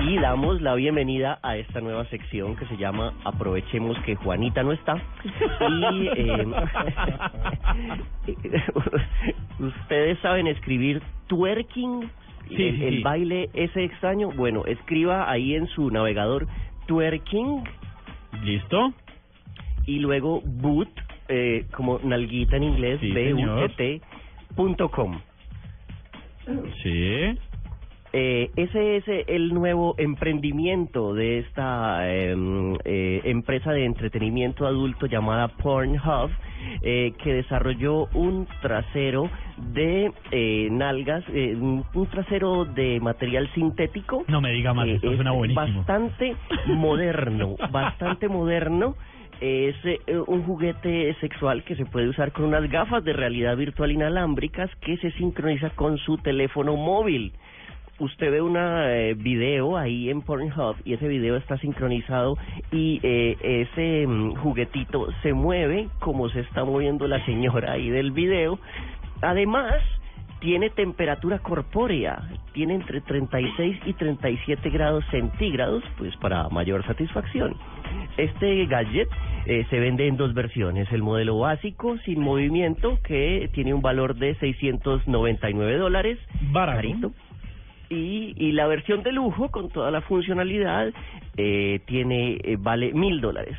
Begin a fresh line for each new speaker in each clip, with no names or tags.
Y damos la bienvenida a esta nueva sección que se llama Aprovechemos que Juanita no está. Y eh, ustedes saben escribir twerking,
Sí,
el, el
sí.
baile ese extraño. Bueno, escriba ahí en su navegador twerking
¿Listo?
y luego boot, eh, como nalguita en inglés,
Sí,
b u
señor.
t punto com.
Sí.
Eh, ese es eh, el nuevo emprendimiento de esta em, eh, empresa de entretenimiento adulto llamada Pornhub, eh, que desarrolló un trasero de eh, nalgas, eh, un un trasero de material sintético.
No me diga más,
que
esto
es
suena buenísimo.
Bastante moderno, bastante moderno. Es eh, un juguete sexual que se puede usar con unas gafas de realidad virtual inalámbricas que se sincroniza con su teléfono móvil. Usted ve un video ahí en Pornhub y ese video está sincronizado y eh, ese mm, juguetito se mueve como se está moviendo la señora ahí del video. Además, tiene temperatura corpórea, tiene entre 36 y 37 grados centígrados, pues para mayor satisfacción. Este gadget eh, se vende en dos versiones, el modelo básico sin movimiento que tiene un valor de 699 dólares,
Barato.
carito, y, y la versión de lujo con toda la funcionalidad eh, tiene eh, vale mil dólares,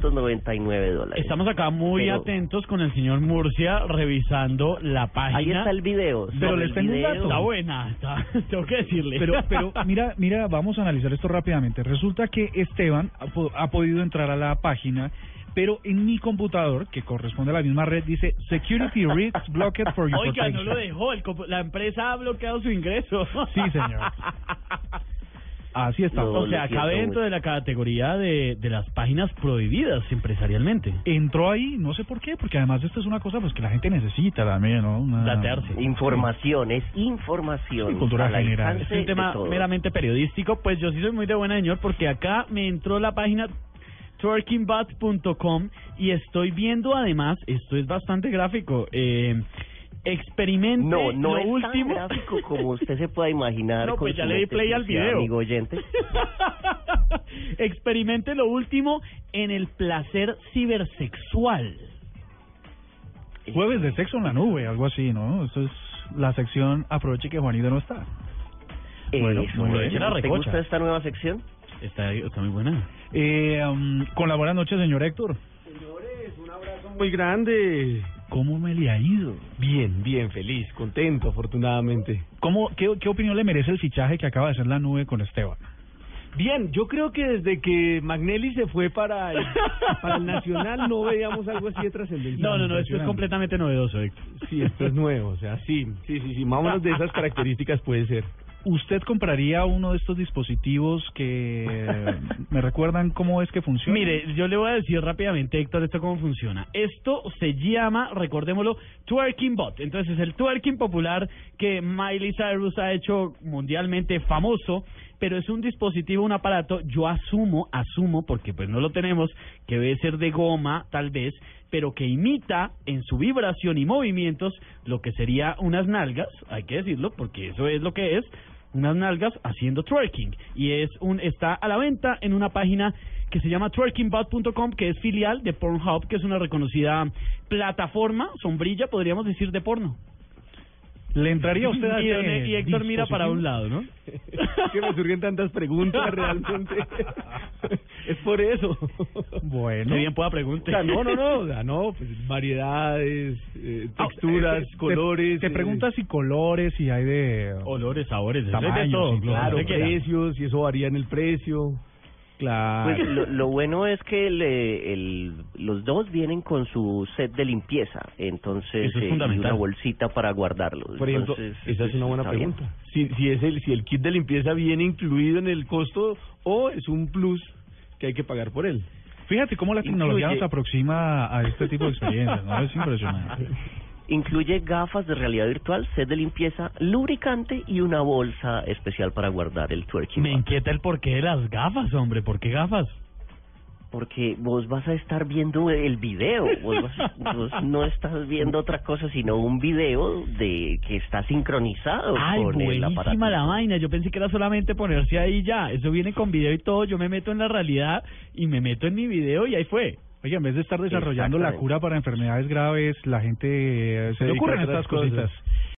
999 dólares.
Estamos acá muy
Pero-
atentos con el señor Murcia revisando la página.
Ahí está el video.
Pero le
el
tengo un
video-
dato.
Está buena, está- tengo que decirle.
Pero, pero mira, mira, vamos a analizar esto rápidamente. Resulta que Esteban ha, po- ha podido entrar a la página, pero en mi computador, que corresponde a la misma red, dice Security Risks Blocked for Your
Oiga, no
Protection.
lo dejó, el compu- la empresa ha bloqueado su ingreso.
Sí, señor. Así está.
No,
O sea,
lo siento
cabe dentro
mucho.
de la categoría de, de las páginas prohibidas empresarialmente.
Entró ahí, no sé por qué, porque además esta es una cosa pues que la gente necesita también, ¿no? Una-
Datearse.
Información, es información.
Y cultura
al
general.
alcance
Es un
de
tema
todos.
meramente periodístico, pues yo sí soy muy de buena señor porque acá me entró la página twerkingbat.com y estoy viendo además, esto es bastante gráfico, eh, experimente
No, no
lo
es tan
último.
gráfico como usted se pueda imaginar.
No,
con
pues ya
su
le di
mente
play al
sucia,
video.
Amigo oyente.
experimente lo último en el placer cibersexual.
Jueves de sexo en la nube, algo así, ¿no? Esto es la sección Aproveche que Juanita no está.
Bueno,
Eso,
muy bien.
¿Te
Era recocha.
gusta esta nueva sección?
Está, está muy buena.
Eh, um, con la buena noche, señor Héctor.
muy grande.
¿Cómo me le ha ido?
Bien, bien, feliz, contento, afortunadamente.
¿Cómo, qué, ¿Qué opinión le merece el fichaje que acaba de hacer la nube con Esteban?
Bien, yo creo que desde que Magnelli se fue para el, para el Nacional no veíamos algo así de trascendental.
No, no, no, esto es completamente novedoso, Héctor.
Sí, esto es nuevo, o sea, sí, sí, sí, sí, más o menos de esas características puede ser.
¿Usted compraría uno de estos dispositivos que eh, me recuerdan cómo es que funciona?
Mire, yo le voy a decir rápidamente, Héctor, esto cómo funciona. Esto se llama, recordémoslo, Twerking Bot. Entonces, es el twerking popular que Miley Cyrus ha hecho mundialmente famoso, pero es un dispositivo, un aparato, yo asumo, asumo, porque pues no lo tenemos, que debe ser de goma, tal vez, pero que imita en su vibración y movimientos lo que sería unas nalgas, hay que decirlo, porque eso es lo que es, unas nalgas haciendo twerking y es un está a la venta en una página que se llama twerkingbot.com que es filial de Pornhub que es una reconocida plataforma sombrilla podríamos decir de porno
¿le entraría usted a
y,
ese
donde- y Héctor mira para un lado no
Es que me surgen tantas preguntas realmente. es por eso.
Bueno,
Qué bien pueda
O
preguntar
sea, no, no, no, o sea, no, pues variedades, eh, texturas,
Ah, Te-
colores.
Te,
eh,
preguntas si colores, si hay de...
olores sabores eso es de
Tamaños,
todo
sí,
lo que
claro,
usted quiera.
precios, y eso varía en el precio.
Claro.
Pues lo, lo bueno es que el, eh, el- los dos vienen con su set de limpieza, entonces
Eso es
eh, y
fundamental.
una bolsita para guardarlos.
Por ejemplo,
Entonces,
esa es una buena
está bien.
pregunta. Si, si, es el, si el kit de limpieza viene incluido en el costo o es un plus que hay que pagar por él.
Fíjate cómo la tecnología
Incluye-
nos aproxima a este tipo de experiencias, ¿no? Es impresionante.
Incluye gafas de realidad virtual, set de limpieza, lubricante y una bolsa especial para guardar el twerking.
Me
bot.
inquieta el porqué de las gafas, hombre. ¿Por qué gafas?
Porque vos vas a estar viendo el video, vos, vas- vos no estás viendo otra cosa sino un video de que está sincronizado
Ay,
con el aparato.
buenísima la vaina. Yo pensé que era solamente ponerse ahí ya. Eso viene con video y todo. Yo me meto en la realidad y me meto en mi video y ahí fue.
Oye, en vez de estar desarrollando la
Exactamente.
cura para enfermedades graves, la gente eh,
dedica
se le
a
ocurren
otras
estas cositas.
cosas.